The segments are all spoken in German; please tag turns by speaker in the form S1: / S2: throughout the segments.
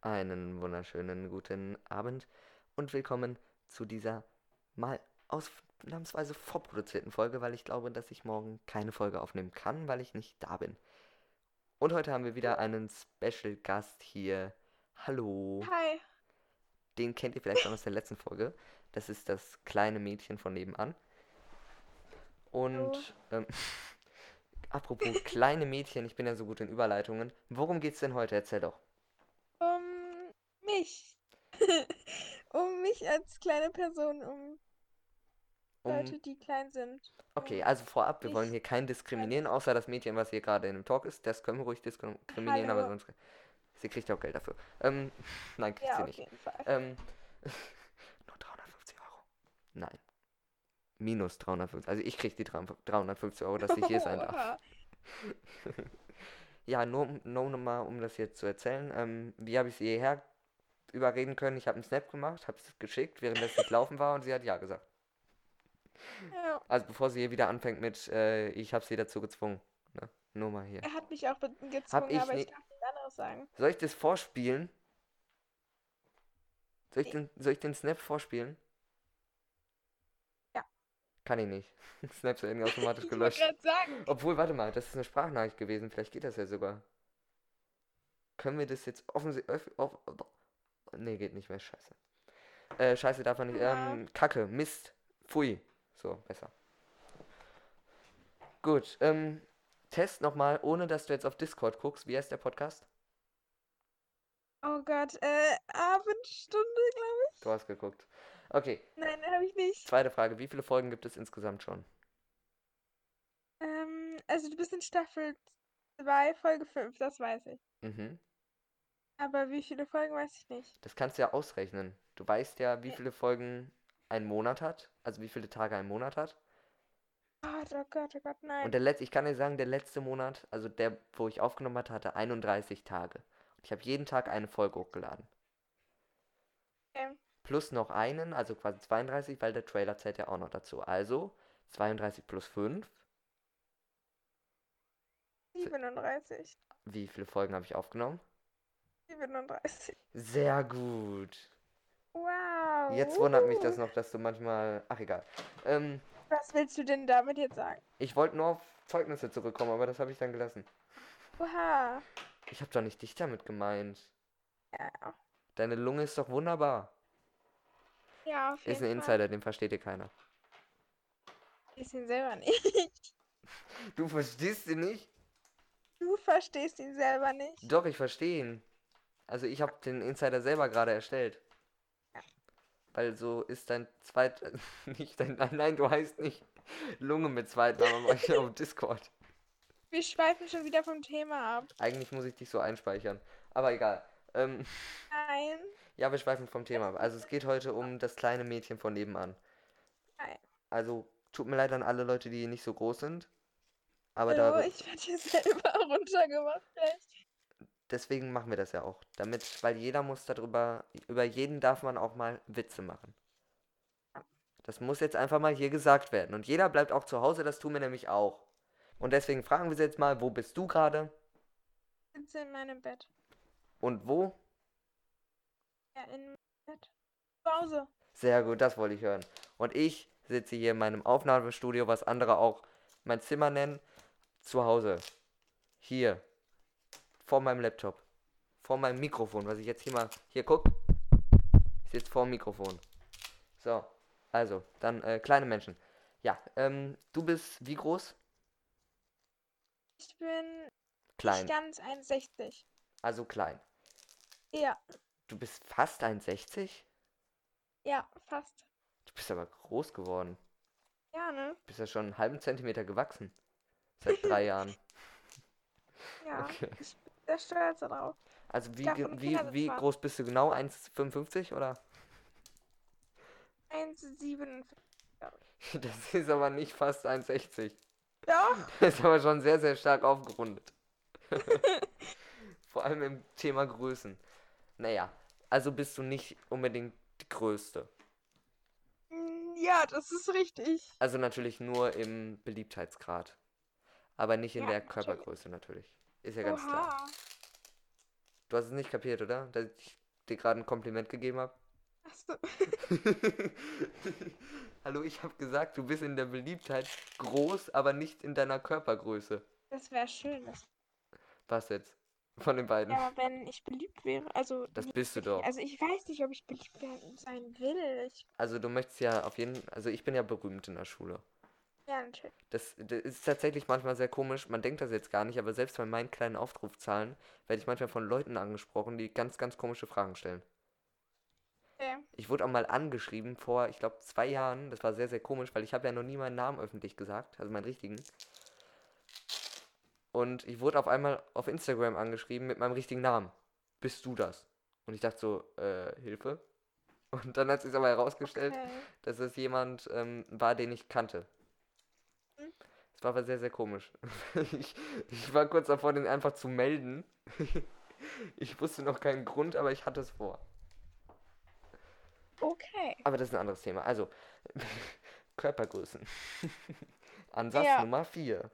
S1: Einen wunderschönen guten Abend und willkommen zu dieser mal ausnahmsweise vorproduzierten Folge, weil ich glaube, dass ich morgen keine Folge aufnehmen kann, weil ich nicht da bin. Und heute haben wir wieder einen Special Gast hier. Hallo.
S2: Hi.
S1: Den kennt ihr vielleicht schon aus der letzten Folge. Das ist das kleine Mädchen von nebenan. Und ähm, apropos kleine Mädchen, ich bin ja so gut in Überleitungen. Worum geht's denn heute? Erzähl doch.
S2: Um mich. um mich als kleine Person, um Leute,
S1: Um,
S2: die klein sind. Um
S1: okay, also vorab, wir wollen
S2: ich-
S1: hier keinen diskriminieren, außer das Mädchen, was hier gerade in dem Talk ist. Das können wir ruhig diskriminieren, aber
S2: Hallo.
S1: sonst. Sie kriegt ja auch Geld dafür. Ähm, nein, kriegt
S2: Ja,
S1: sie
S2: auf
S1: nicht.
S2: jeden Fall.
S1: Ähm, nur 350 Euro. Nein. Minus 350. Also ich krieg die 350 Euro, dass ich hier sein darf.
S2: Oha.
S1: Ja, nur, um- nur nochmal, um das jetzt zu erzählen. Ähm, wie habe ich sie hierher überreden können? Ich habe einen Snap gemacht, habe es geschickt, während das nicht laufen war und sie hat ja gesagt.
S2: Ja,
S1: Also bevor sie hier wieder anfängt mit, äh, ich habe sie dazu gezwungen. Ne? Nur mal hier.
S2: er hat mich auch be- gezwungen,
S1: ich ne-
S2: aber ich
S1: nicht-
S2: darf nichts anderes sagen.
S1: Soll ich das vorspielen? Soll ich
S2: Nee.
S1: den, soll ich den Snap vorspielen?
S2: Ja.
S1: Kann ich nicht. Snaps werden automatisch
S2: Ich wollte
S1: gelöscht.
S2: gerade sagen,
S1: Obwohl, warte mal, das ist eine Sprachnachricht gewesen. Vielleicht geht das ja sogar. Können wir das jetzt offensichtlich. Off nee, geht nicht mehr. Scheiße. Äh, scheiße darf man nicht.
S2: Ja.
S1: Ähm, Kacke, Mist, Pfui. So, besser. Gut, ähm, Test nochmal, ohne dass du jetzt auf Discord guckst. Wie heißt der Podcast?
S2: oh Gott, äh, Abendstunde, glaube
S1: Du hast geguckt. Okay,
S2: ich. Nein, habe ich nicht.
S1: zweite Frage. Wie viele Folgen gibt es insgesamt schon?
S2: Ähm, also du bist in Staffel 2, Folge 5, das weiß ich.
S1: Mhm.
S2: Aber wie viele Folgen, weiß ich nicht.
S1: Das kannst du ja ausrechnen. Du weißt ja, wie viele Folgen ein Monat hat. Also wie viele Tage ein Monat hat.
S2: Oh Gott, oh Gott, oh Gott, nein.
S1: Und der letzte, ich kann dir sagen, der letzte Monat, also der, wo ich aufgenommen hatte, hatte 31 Tage. Und ich habe jeden Tag eine Folge hochgeladen.
S2: Okay.
S1: Plus noch einen, also quasi 32, weil der Trailer zählt ja auch noch dazu. Also 32 plus 5.
S2: 37,
S1: Wie viele Folgen habe ich aufgenommen?
S2: 37.
S1: Sehr gut.
S2: Wow.
S1: Jetzt wundert mich
S2: wuhu.
S1: das noch, dass du manchmal. Ach, egal. Ähm,
S2: Was willst du denn damit jetzt sagen?
S1: ich wollte nur auf Zeugnisse zurückkommen, aber das habe ich dann gelassen.
S2: Oha.
S1: Ich habe doch nicht dich damit gemeint.
S2: Ja,
S1: Deine Lunge ist doch wunderbar.
S2: ja auf
S1: Ist
S2: jeden
S1: ein
S2: Fall.
S1: Insider, den versteht dir keiner.
S2: Ich ihn selber nicht.
S1: Du verstehst ihn nicht?
S2: Du verstehst ihn selber nicht.
S1: Doch, ich verstehe ihn. Also ich habe den Insider selber gerade erstellt. Weil so ist dein zweit... nicht dein... Nein, nein, du heißt nicht Lunge mit Zweitnamen, aber ich auf Discord.
S2: Wir schweifen schon wieder vom Thema ab.
S1: Eigentlich muss ich dich so einspeichern. Aber egal. Ähm,
S2: Nein.
S1: ja, wir schweifen vom Thema ab. Also es geht heute um das kleine Mädchen von nebenan.
S2: Hi.
S1: Also tut mir leid an alle Leute, die nicht so groß sind. Aber
S2: Hallo,
S1: da,
S2: ich werde hier selber runtergemacht. gleich.
S1: deswegen machen wir das ja auch. Damit, weil jeder muss darüber, über jeden darf man auch mal Witze machen. Das muss jetzt einfach mal hier gesagt werden. Und jeder bleibt auch zu Hause, das tun wir nämlich auch. Und deswegen fragen wir sie jetzt mal, wo bist du gerade?
S2: Ich sitze in meinem Bett.
S1: Und wo?
S2: Ja, in meinem Bett. Zu Hause.
S1: Sehr gut, das wollte ich hören. Und ich sitze hier in meinem Aufnahmestudio, was andere auch mein Zimmer nennen, zu Hause. Hier. Vor meinem Laptop. Vor meinem Mikrofon, was ich jetzt hier mal. Hier, guck. Ich sitze vor dem Mikrofon. So. Also, dann äh, kleine Menschen. Ja, ähm, du bist wie groß?
S2: Ich bin
S1: Klein.
S2: nicht ganz 61.
S1: Also klein.
S2: Ja,
S1: Du bist fast 1,60?
S2: ja, fast.
S1: Du bist aber groß geworden.
S2: Ja, ne?
S1: Du bist ja schon einen halben Zentimeter gewachsen. Seit drei Jahren.
S2: Ja.
S1: Okay.
S2: Ich bin sehr stolz darauf.
S1: Also wie,
S2: darf
S1: ge-
S2: ohne
S1: wie,
S2: Kindersitz
S1: wie
S2: fahren.
S1: groß bist du genau? 1,55 oder?
S2: 1,57.
S1: Das ist aber nicht fast 1,60.
S2: Doch,
S1: Das ist aber schon sehr, sehr stark aufgerundet. Vor allem im Thema Größen. Naja, also bist du nicht unbedingt die Größte. Hm.
S2: Mm, ja, das ist richtig.
S1: Also natürlich nur im Beliebtheitsgrad. Aber nicht in
S2: Ja,
S1: der
S2: natürlich.
S1: Körpergröße natürlich. Ist ja ganz klar.
S2: Oha.
S1: Du hast es nicht kapiert, oder? Dass ich dir gerade ein Kompliment gegeben habe?
S2: Achso.
S1: Hallo, ich habe gesagt, du bist in der Beliebtheit groß, aber nicht in deiner Körpergröße.
S2: Das wäre schön. Das
S1: Was jetzt? Von den beiden.
S2: ja, aber wenn ich beliebt wäre, also.
S1: Das
S2: nicht
S1: bist du
S2: wirklich-
S1: doch.
S2: Also ich weiß nicht, ob ich beliebt werden sein will. Ich,
S1: Also du möchtest ja auf jeden also ich bin ja berühmt in der Schule.
S2: ja, natürlich.
S1: Das, das ist tatsächlich manchmal sehr komisch, man denkt das jetzt gar nicht, aber selbst bei meinen kleinen Aufrufzahlen werde ich manchmal von Leuten angesprochen, die ganz, ganz komische Fragen stellen.
S2: Okay.
S1: Ich wurde auch mal angeschrieben vor, ich glaube, zwei Jahren. Das war sehr, sehr komisch, weil ich habe ja noch nie meinen Namen öffentlich gesagt, also meinen richtigen. Und ich wurde auf einmal auf Instagram angeschrieben mit meinem richtigen Namen. Bist du das? Und ich dachte so, äh, Hilfe. Und dann hat sich aber herausgestellt,
S2: okay.
S1: dass es jemand ähm, war, den ich kannte.
S2: Mhm.
S1: Das war aber sehr, sehr komisch. Ich, ich war kurz davor, den einfach zu melden. Ich wusste noch keinen Grund, aber ich hatte es vor.
S2: Okay.
S1: Aber das ist ein anderes Thema. Also, Körpergrößen. Ansatz
S2: Ja.
S1: Nummer 4.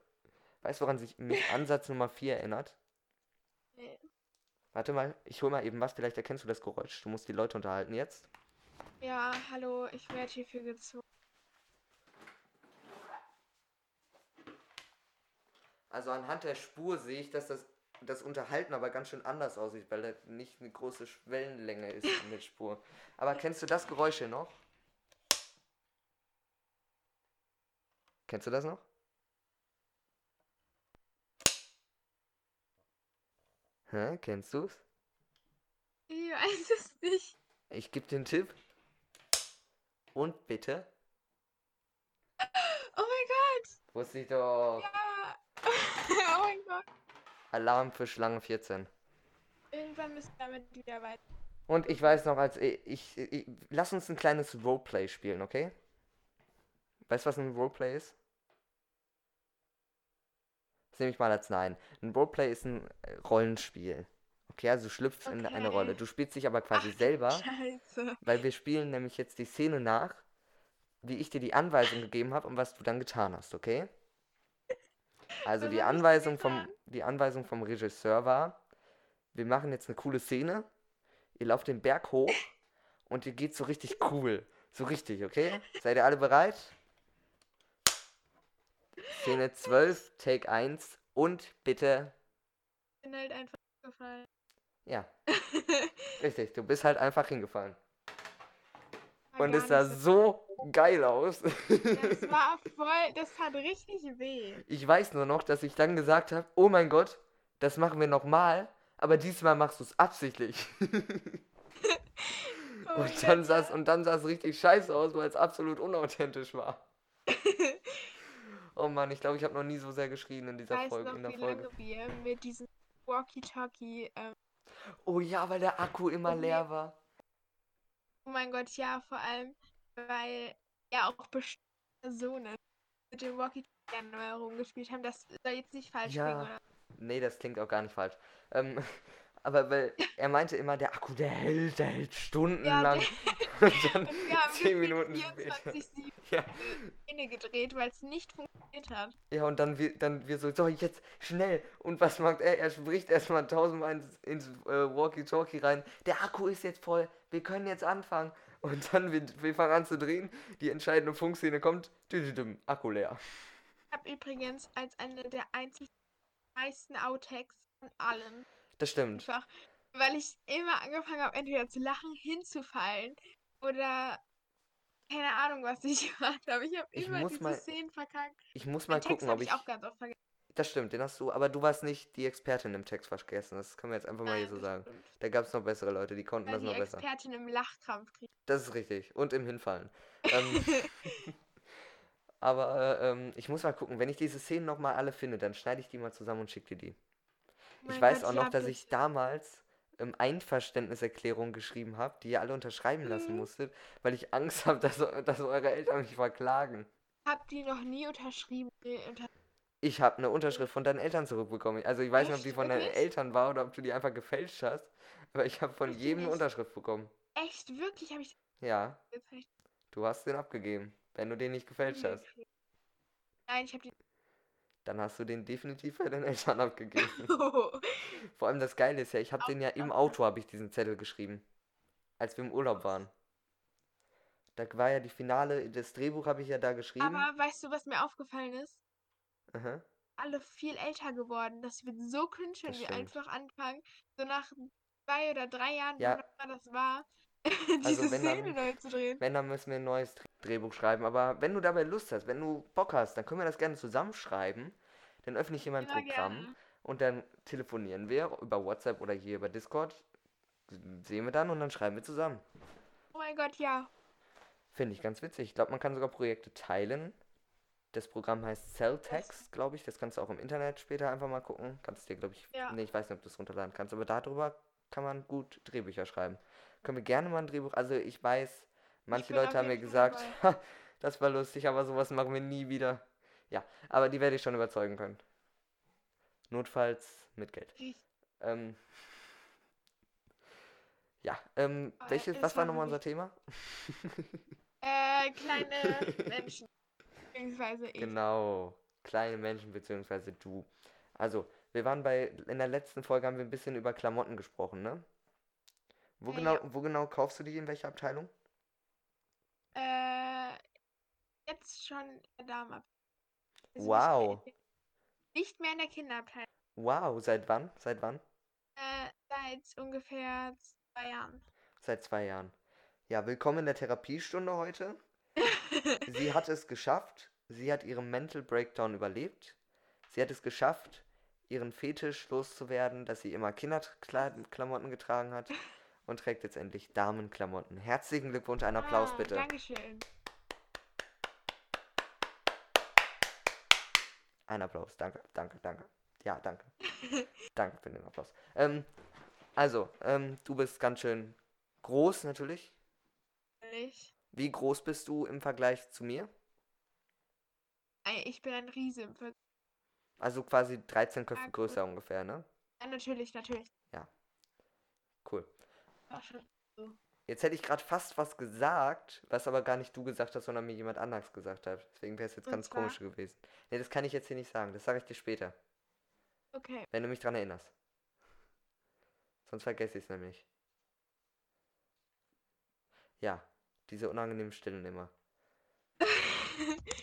S1: Weißt du, woran sich mich Ansatz Nummer 4 erinnert?
S2: Nee.
S1: Warte mal, ich hol mal eben was. Vielleicht erkennst du das Geräusch. Du musst die Leute unterhalten jetzt.
S2: Ja, hallo, ich werde hierfür gezogen.
S1: Also anhand der Spur sehe ich, dass das, das Unterhalten aber ganz schön anders aussieht, weil da nicht eine große Schwellenlänge ist mit Spur. Aber kennst du das Geräusch hier noch? Kennst du das noch? Hä, kennst du's?
S2: Ich weiß es nicht.
S1: Ich gebe den Tipp. Und bitte?
S2: Oh mein Gott.
S1: Wusste ich doch.
S2: Ja. oh mein Gott.
S1: Alarm für Schlange 14.
S2: Irgendwann müssen wir damit wieder weiter.
S1: Und ich weiß noch, als ich, ich, ich lass uns ein kleines Roleplay spielen, okay? Weißt du, was ein Roleplay ist? Das nehme ich mal als nein. Ein Roleplay ist ein äh, Rollenspiel. Okay, also du schlüpfst in eine
S2: Okay.
S1: Rolle. Du spielst dich aber quasi selber,
S2: Scheiße.
S1: weil wir spielen nämlich jetzt die Szene nach, wie ich dir die Anweisung gegeben habe und was du dann getan hast, okay? Also
S2: Was
S1: die
S2: hab ich denn
S1: Anweisung, vom,
S2: getan?
S1: die Anweisung vom Regisseur war, wir machen jetzt eine coole Szene, ihr lauft den Berg hoch und ihr geht so richtig cool. So richtig, okay? Seid ihr alle bereit? Szene 12, Take 1 und bitte,
S2: Ich bin halt einfach gefallen.
S1: ja, richtig, du bist halt einfach hingefallen. Und es sah
S2: das
S1: so geil aus.
S2: Das war voll, das hat richtig weh.
S1: Ich weiß nur noch, dass ich dann gesagt habe, oh mein Gott, das machen wir nochmal, aber diesmal machst du es absichtlich.
S2: Oh mein
S1: Und dann
S2: Gott,
S1: sah es und dann sah es richtig scheiße aus, weil es absolut unauthentisch war. Oh Mann, ich glaube, ich habe noch nie so sehr geschrien in
S2: ich
S1: dieser
S2: weiß
S1: Folge.
S2: noch,
S1: In der
S2: wie
S1: Folge.
S2: lange wir mit diesem Walkie-Talkie, ähm,
S1: Oh ja, weil der Akku immer
S2: Problem.
S1: leer war.
S2: oh mein Gott, ja, vor allem, weil ja auch bestimmte Personen mit dem Walkie-Talkie an mir rumgespielt haben. Das soll jetzt nicht falsch
S1: Ja.
S2: klingen, oder?
S1: Nee, das klingt auch gar nicht falsch. Ähm, aber weil er meinte immer, der Akku, der hält, der hält stundenlang. Und dann
S2: Und wir haben
S1: zehn
S2: gefühlt
S1: Minuten später.
S2: 24 später.
S1: Ja.
S2: Szene gedreht, weil es nicht funktioniert hat.
S1: Ja, und dann wir, dann wir so, so, jetzt schnell. Und was macht er? Er spricht erstmal tausendmal ins, ins äh, Walkie-Talkie rein. Der Akku ist jetzt voll. Wir können jetzt anfangen. Und dann, wir, wir fangen an zu drehen. Die entscheidende Funkszene kommt. Tütütüm, Akku leer.
S2: Ich habe übrigens als eine der einzigen meisten Outtakes von allem
S1: Das stimmt.
S2: einfach, weil ich immer angefangen habe, entweder zu lachen, hinzufallen oder keine Ahnung, was ich gemacht habe. Ich habe
S1: Ich
S2: immer
S1: muss
S2: diese
S1: mal-
S2: Szenen verkackt.
S1: Ich muss mal
S2: Den Text
S1: gucken, ob
S2: habe ich,
S1: ich.
S2: auch ganz oft vergessen.
S1: Das stimmt, den hast du. Aber du warst nicht die Expertin im Text vergessen. Das können wir jetzt einfach mal hier so
S2: das
S1: sagen.
S2: stimmt.
S1: Da gab es noch bessere Leute, die konnten
S2: Weil
S1: das
S2: die
S1: noch besser.
S2: Expertin im Lachkrampf kriegt. Oh
S1: Das ist richtig. Und im Hinfallen. Ähm, aber äh, ähm, ich muss mal gucken, wenn ich diese Szenen nochmal alle finde, dann schneide ich die mal zusammen und schicke dir die. ich weiß auch noch, dass ich damals ähm, Einverständniserklärung geschrieben habe, die ihr alle unterschreiben lassen
S2: Mhm.
S1: musstet, weil ich Angst habe, dass, eu- dass eure Eltern mich verklagen.
S2: habe die noch nie unterschrieben. Nee, unter
S1: Ich habe eine Unterschrift von deinen Eltern zurückbekommen. Also ich weiß nicht, ob die
S2: Echt?
S1: von deinen
S2: Wirklich?
S1: Eltern war oder ob du die einfach gefälscht hast, aber ich habe von
S2: Ich
S1: jedem eine
S2: nicht.
S1: Unterschrift bekommen.
S2: Echt, wirklich habe ich
S1: Ja,
S2: das hab ich Mhm.
S1: du hast den abgegeben, wenn du den nicht gefälscht hast.
S2: hingekriegt. Nein, ich habe die
S1: dann hast du den definitiv bei den Eltern abgegeben.
S2: Oh.
S1: Vor allem das Geile ist ja, ich habe den ja im Auto, habe ich diesen Zettel geschrieben. Als wir im Urlaub waren. Da war ja die Finale, das Drehbuch habe ich ja da geschrieben.
S2: Aber weißt du, was mir aufgefallen ist?
S1: Aha.
S2: Alle viel älter geworden. Das wird so cringe, wenn
S1: Das
S2: wir
S1: stimmt.
S2: einfach anfangen, so nach zwei oder drei Jahren,
S1: Ja. Also
S2: wann auch immer das war, diese
S1: wenn dann-
S2: Szene neu zu drehen.
S1: Wenn, dann müssen wir ein neues Dre- Drehbuch schreiben. Aber wenn du dabei Lust hast, wenn du Bock hast, dann können wir das gerne zusammenschreiben. Dann öffne ich hier mein
S2: Immer
S1: Programm
S2: gerne.
S1: und dann telefonieren wir über WhatsApp oder hier über Discord. Sehen wir dann und dann schreiben wir zusammen.
S2: Oh mein Gott, ja.
S1: Finde ich ganz witzig. Ich glaube, man kann sogar Projekte teilen. Das Programm heißt Celltext, glaube ich. Das kannst du auch im Internet später einfach mal gucken. Kannst dir, glaube ich,
S2: Ja.
S1: nee, ich weiß nicht, ob du es runterladen kannst, aber darüber kann man gut Drehbücher schreiben. Können wir gerne mal ein Drehbuch, also ich weiß, manche
S2: bin
S1: Leute
S2: auf
S1: haben mir
S2: jeden Fall
S1: gesagt, "Ha, das war lustig, aber sowas machen wir nie wieder. Ja, aber die werde ich schon überzeugen können. Notfalls mit Geld.
S2: Richtig.
S1: Ähm, ja, ähm,
S2: Aber
S1: welches,
S2: es
S1: was war
S2: war
S1: nochmal unser
S2: wirklich-
S1: Thema?
S2: Äh, kleine Menschen. Beziehungsweise ich.
S1: Genau. Kleine Menschen beziehungsweise du. Also, wir waren bei, in der letzten Folge haben wir ein bisschen über Klamotten gesprochen, ne? Wo
S2: Äh,
S1: genau, wo genau kaufst du die, in welcher Abteilung?
S2: Äh, jetzt schon der also Damenabteilung.
S1: Wow.
S2: Nicht mehr in der Kinderabteilung.
S1: Wow, seit wann? Seit wann?
S2: Äh, seit ungefähr zwei Jahren.
S1: Seit zwei Jahren. Ja, willkommen in der Therapiestunde heute. Sie hat es geschafft. Sie hat ihren Mental Breakdown überlebt. Sie hat es geschafft, ihren Fetisch loszuwerden, dass sie immer Kinderklamotten getragen hat und trägt jetzt endlich Damenklamotten. Herzlichen Glückwunsch, einen Applaus
S2: Ah,
S1: bitte.
S2: Dankeschön.
S1: Ein Applaus, danke, danke, danke. Ja, danke. danke für den Applaus. Ähm, also, ähm, du bist ganz schön groß natürlich.
S2: Ich,
S1: Wie groß bist du im Vergleich zu mir?
S2: Ei, ich bin ein Riese. im Ver-
S1: Also quasi 13 Köpfe
S2: Ah, cool.
S1: größer ungefähr, ne?
S2: Ja, natürlich, natürlich.
S1: Cool.
S2: Auch schon.
S1: Jetzt hätte ich gerade fast was gesagt, was aber gar nicht du gesagt hast, sondern mir jemand anders gesagt hat. Deswegen wäre es jetzt
S2: Und
S1: ganz
S2: zwar?
S1: komisch gewesen. Nee, das kann ich jetzt hier nicht sagen. Das sage ich dir später,
S2: Okay.
S1: wenn du mich dran erinnerst. Sonst vergesse ich es nämlich. Ja, diese unangenehmen Stillen immer.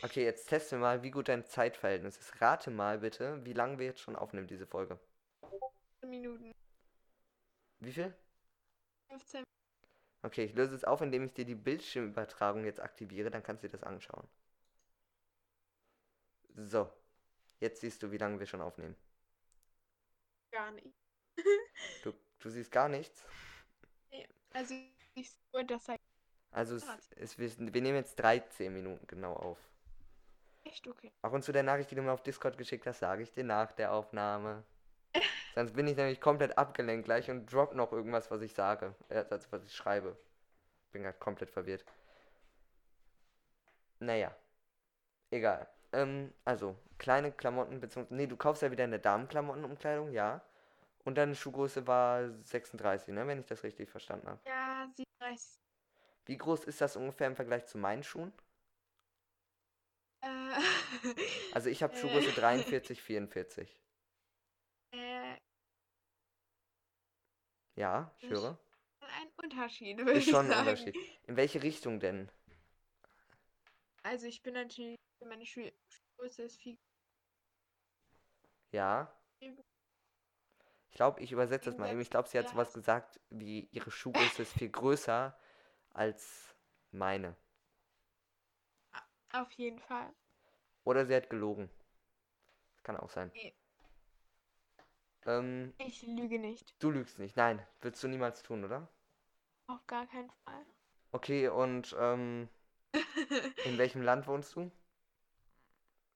S1: Okay, jetzt testen wir mal, wie gut dein Zeitverhältnis ist. Rate mal bitte, wie lange wir jetzt schon aufnehmen, diese Folge.
S2: Minuten.
S1: Wie viel?
S2: 15.
S1: Okay, ich löse es auf, indem ich dir die Bildschirmübertragung jetzt aktiviere, dann kannst du dir das anschauen. So, jetzt siehst du, wie lange wir schon aufnehmen.
S2: Gar nicht.
S1: Du, du siehst gar nichts.
S2: Also, ich sehe das halt
S1: Also es,
S2: Warte.
S1: es, wir, wir nehmen jetzt 13 Minuten genau auf.
S2: echt okay.
S1: Auch und zu der Nachricht, die du mir auf Discord geschickt hast, sage ich dir nach der Aufnahme. Sonst bin ich nämlich komplett abgelenkt gleich und drop noch irgendwas, was ich sage. Äh, das, was ich schreibe. Bin gerade komplett verwirrt. Naja. Egal. Ähm, also, kleine Klamotten beziehungsweise. Nee, du kaufst ja wieder eine Damenklamottenumkleidung, ja. Und deine Schuhgröße war 36, ne, wenn ich das richtig verstanden habe.
S2: Ja, 37.
S1: Wie groß ist das ungefähr im Vergleich zu meinen Schuhen?
S2: Äh,
S1: Also ich habe
S2: Äh.
S1: Schuhgröße 43, 44.
S2: äh,
S1: Ja, ich
S2: Das
S1: höre.
S2: ein Unterschied, würde
S1: Ist
S2: ich
S1: schon ein
S2: sagen.
S1: Unterschied. In welche Richtung denn?
S2: Also, ich bin natürlich, meine Schu- Schuhgröße ist viel
S1: Ja. Ich glaube, ich übersetze das mal eben. Ich glaube, sie hat
S2: Ja,
S1: sowas
S2: hast-
S1: gesagt, wie ihre Schuhgröße ist viel größer als meine.
S2: Auf jeden Fall.
S1: Oder sie hat gelogen. Kann auch sein.
S2: Nee.
S1: Ähm,
S2: Ich lüge nicht.
S1: du lügst nicht. Nein, willst du niemals tun, oder?
S2: Auf gar keinen Fall.
S1: Okay, und ähm, in welchem Land wohnst du?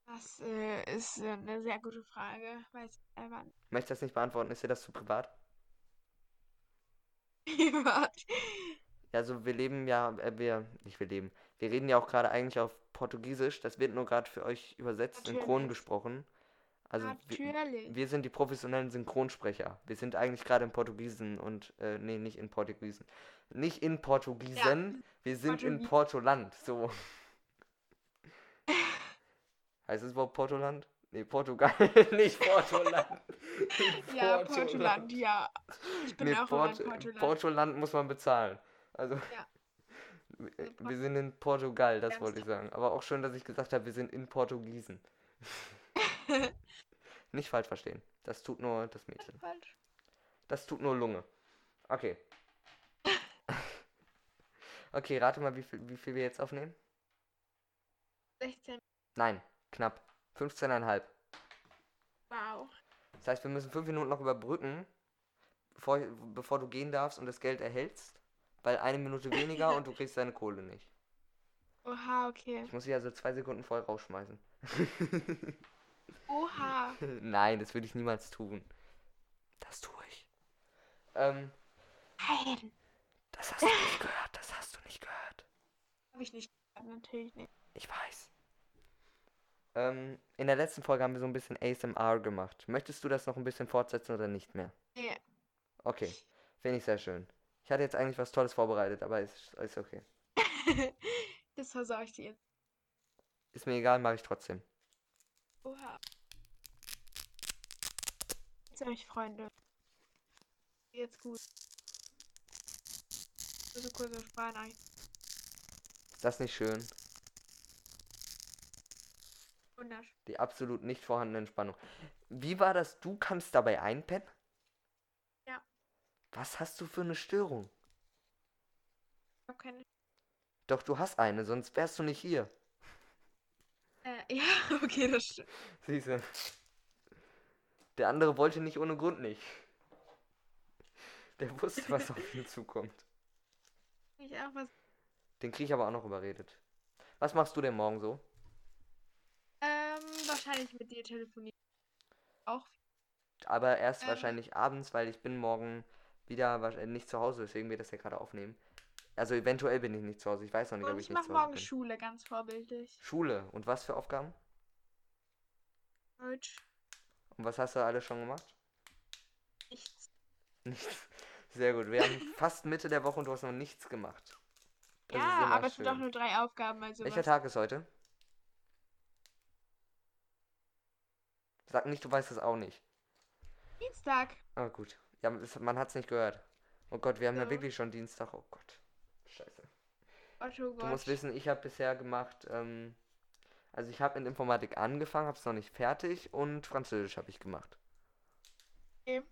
S2: Das äh, ist äh, eine sehr gute Frage. Weiß ich selber nicht.
S1: Möchtest du das nicht beantworten? Ist dir das zu privat?
S2: Privat.
S1: Ja, also wir leben ja, äh, wir, nicht wir leben, wir reden ja auch gerade eigentlich auf Portugiesisch, das wird nur gerade für euch übersetzt, synchron
S2: Natürlich.
S1: gesprochen. Also wir,
S2: Natürlich.
S1: wir sind die professionellen Synchronsprecher. Wir sind eigentlich gerade in Portugiesen und, äh, nee, nicht in Portugiesen. Nicht in Portugiesen, wir sind in
S2: Portugies-
S1: Portoland, so. heißt es überhaupt Portoland? Nee, Portugal, nicht Portoland. In
S2: Ja, Portuland, ja. Ich bin
S1: Nee,
S2: auch
S1: Port
S2: immer in Portuland.
S1: Portoland muss man bezahlen. Also,
S2: Ja.
S1: äh, wir sind in Portugal, das
S2: Ganz
S1: wollte ich sagen. Aber auch schön, dass ich gesagt habe, wir sind in Portugiesen. Nicht falsch verstehen. Das tut nur das Mädchen.
S2: Falsch.
S1: Das tut nur Lunge. Okay. Okay, rate mal, wie viel, wie viel wir jetzt aufnehmen?
S2: 16.
S1: Nein, knapp. 15,5.
S2: Wow.
S1: Das heißt, wir müssen fünf Minuten noch überbrücken, bevor, bevor du gehen darfst und das Geld erhältst. Weil eine Minute weniger und du kriegst deine Kohle nicht.
S2: Oha, okay.
S1: Ich muss sie also zwei Sekunden vorher rausschmeißen.
S2: Oha.
S1: Nein, das würde ich niemals tun. Das tue ich. Ähm,
S2: Nein.
S1: das hast du nicht gehört. Das hast du nicht gehört.
S2: Habe ich nicht gehört, natürlich nicht.
S1: Ich weiß. Ähm, in der letzten Folge haben wir so ein bisschen ASMR gemacht. Möchtest du das noch ein bisschen fortsetzen oder nicht mehr?
S2: Nee.
S1: Okay, finde ich sehr schön. Ich hatte jetzt eigentlich was Tolles vorbereitet, aber ist, ist okay.
S2: Das versau ich dir jetzt.
S1: Ist mir egal, mache ich trotzdem.
S2: Oha. Jetzt euch, Freunde. Jetzt gut. So kurze Sprachnachricht.
S1: Ist das nicht schön?
S2: Wunderschön.
S1: Die absolut nicht vorhandene Entspannung. Wie war das? Du kannst dabei einpennen?
S2: Ja.
S1: Was hast du für eine Störung?
S2: Ich hab keine.
S1: Doch du hast eine, sonst wärst du nicht hier.
S2: Äh, ja, okay, das stimmt.
S1: Siehste. Der andere wollte nicht ohne Grund nicht. Der wusste, was auf ihn zukommt.
S2: Ich auch was.
S1: Den krieg ich aber auch noch überredet. Was machst du denn morgen so?
S2: Ähm, wahrscheinlich mit dir telefonieren. Auch.
S1: Aber erst
S2: Ähm.
S1: wahrscheinlich abends, weil ich bin morgen wieder wahrsch- nicht zu Hause, deswegen wir das ja gerade aufnehmen. Also eventuell bin ich nicht zu Hause. Ich weiß noch nicht,
S2: Und
S1: ob ich,
S2: ich
S1: nicht
S2: mach
S1: zu Hause
S2: morgen
S1: bin.
S2: Schule, ganz vorbildlich.
S1: Schule. Und was für Aufgaben?
S2: Deutsch.
S1: Und was hast du alle schon gemacht?
S2: Nichts.
S1: Nichts. Sehr gut. Wir haben fast Mitte der Woche und du hast noch nichts gemacht. Das ist
S2: ja,
S1: immer
S2: aber es sind auch
S1: schön.
S2: nur drei Aufgaben, also
S1: Welcher
S2: was.
S1: Tag ist heute? Sag nicht, du weißt es auch nicht.
S2: Dienstag.
S1: Ah, gut. Ja, es- man hat es nicht gehört. Oh Gott, wir haben ja
S2: Ja.
S1: wirklich schon Dienstag. Oh Gott. Scheiße.
S2: Otto Gott.
S1: Du musst wissen, ich habe bisher gemacht, ähm, also ich habe in Informatik angefangen, habe es noch nicht fertig und Französisch habe ich gemacht.
S2: Okay.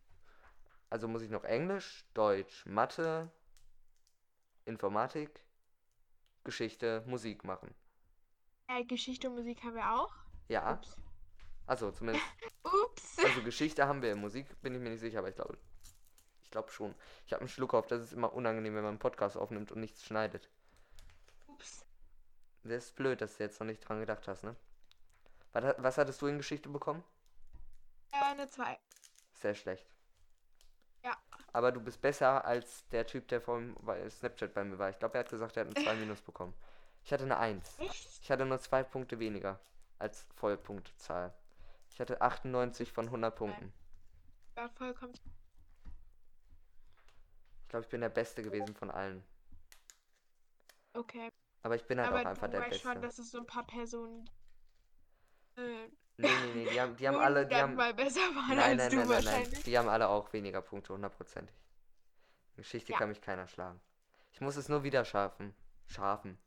S1: Also muss ich noch Englisch, Deutsch, Mathe, Informatik, Geschichte, Musik machen.
S2: Äh, Geschichte und Musik haben wir auch.
S1: Ja,
S2: Ups.
S1: also zumindest,
S2: Ups.
S1: also Geschichte haben wir, Musik bin ich mir nicht sicher, aber ich glaube, ich glaube schon. Ich habe einen Schluck auf, das ist immer unangenehm, wenn man einen Podcast aufnimmt und nichts schneidet.
S2: Ups.
S1: Das ist blöd, dass du jetzt noch nicht dran gedacht hast, ne? Was, was hattest du in Geschichte bekommen?
S2: Äh, eine zwei.
S1: Sehr schlecht.
S2: Ja.
S1: Aber du bist besser als der Typ, der vorhin bei Snapchat bei mir war. Ich glaube, er hat gesagt, er hat eine 2 minus bekommen. Ich hatte eine 1.
S2: Echt?
S1: Ich hatte nur zwei Punkte weniger als Vollpunktzahl. Ich hatte 98 von 100 Punkten.
S2: War vollkommen.
S1: Ich glaube, ich bin der Beste gewesen von allen.
S2: Okay.
S1: Aber ich bin halt
S2: aber
S1: auch einfach
S2: du
S1: der
S2: weißt
S1: Beste.
S2: schon, dass es so ein paar Personen. Äh,
S1: nee, nee, nee, die haben, die haben
S2: wo
S1: alle,
S2: du
S1: die
S2: dann
S1: haben,
S2: mal besser waren
S1: nein, nein,
S2: als du
S1: nein, nein, nein,
S2: wahrscheinlich.
S1: die haben alle auch weniger Punkte, hundertprozentig. Geschichte
S2: Ja.
S1: kann mich keiner schlagen. Ich muss es nur wieder schaffen. Schaffen.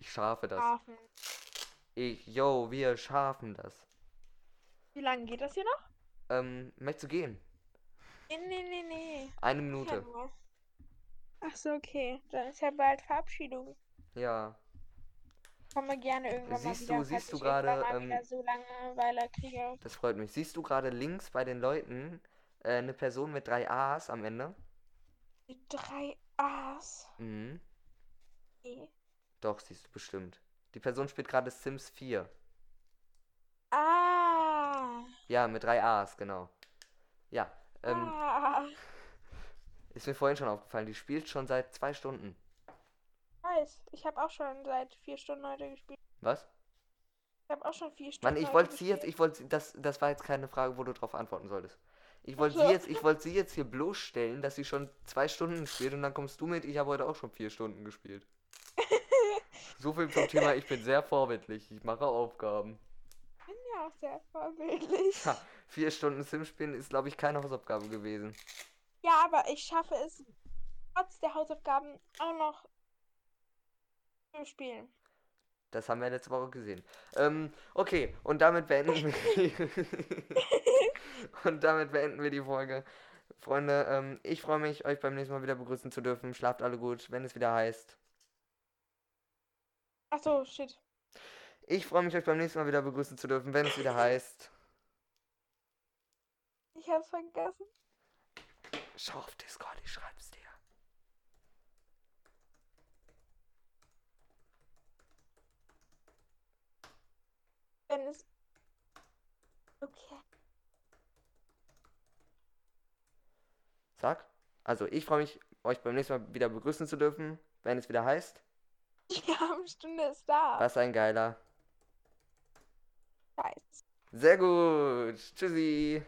S1: Ich schaffe das.
S2: Hafen.
S1: Ich, yo, wir schaffen das.
S2: Wie lange geht das hier noch?
S1: Ähm, möchtest du gehen?
S2: Nee, nee, nee, nee.
S1: Eine
S2: Ich hab
S1: Minute.
S2: was. Ach so, okay. Dann ist ja bald Verabschiedung.
S1: Ja.
S2: Komme gerne irgendwann
S1: Siehst
S2: mal wieder.
S1: du-
S2: falls
S1: siehst du
S2: ich irgendwann
S1: gerade,
S2: mal wieder
S1: ähm,
S2: so Langeweile kriege.
S1: Das freut mich. Siehst du gerade links bei den Leuten äh, eine Person mit drei A's am Ende?
S2: Die drei A's.
S1: Mhm.
S2: Nee.
S1: Doch, siehst du bestimmt. Die Person spielt gerade Sims 4.
S2: Ah.
S1: Ja, mit drei A's, genau. Ja, ähm,
S2: ah.
S1: ist mir vorhin schon aufgefallen. Die spielt schon seit zwei Stunden.
S2: Weiß. Ich habe auch schon seit vier Stunden heute gespielt.
S1: Was?
S2: Ich habe auch schon vier Stunden.
S1: Mann, ich
S2: heute
S1: wollte sie jetzt,
S2: gespielt.
S1: ich wollte, sie- das, das war jetzt keine Frage, wo du drauf antworten solltest. Ich wollte
S2: so.
S1: sie jetzt, ich wollte sie jetzt hier bloßstellen, dass sie schon zwei Stunden spielt und dann kommst du mit, ich habe heute auch schon vier Stunden gespielt. so viel zum Thema, ich bin sehr vorbildlich, ich mache Aufgaben.
S2: Ja, war auch sehr vorbildlich.
S1: Ha, vier Stunden Sim spielen ist, glaube ich, keine Hausaufgabe gewesen.
S2: Ja, aber ich schaffe es trotz der Hausaufgaben auch noch zu spielen.
S1: Das haben wir letzte Woche gesehen. Ähm, okay, und damit beenden wir die Und damit beenden wir die Folge. Freunde, ähm, ich freue mich, euch beim nächsten Mal wieder begrüßen zu dürfen. Schlaft alle gut, wenn es wieder heißt.
S2: Achso, shit.
S1: Ich freue mich, euch beim nächsten Mal wieder begrüßen zu dürfen, wenn es wieder heißt.
S2: Ich hab's vergessen.
S1: Schau auf Discord, ich schreib's dir.
S2: Wenn es. Okay.
S1: Sag. Also, ich freue mich, euch beim nächsten Mal wieder begrüßen zu dürfen, wenn es wieder heißt.
S2: Die Abendstunde ist da.
S1: Was ein geiler.
S2: Scheiße.
S1: Sehr gut. Tschüssi.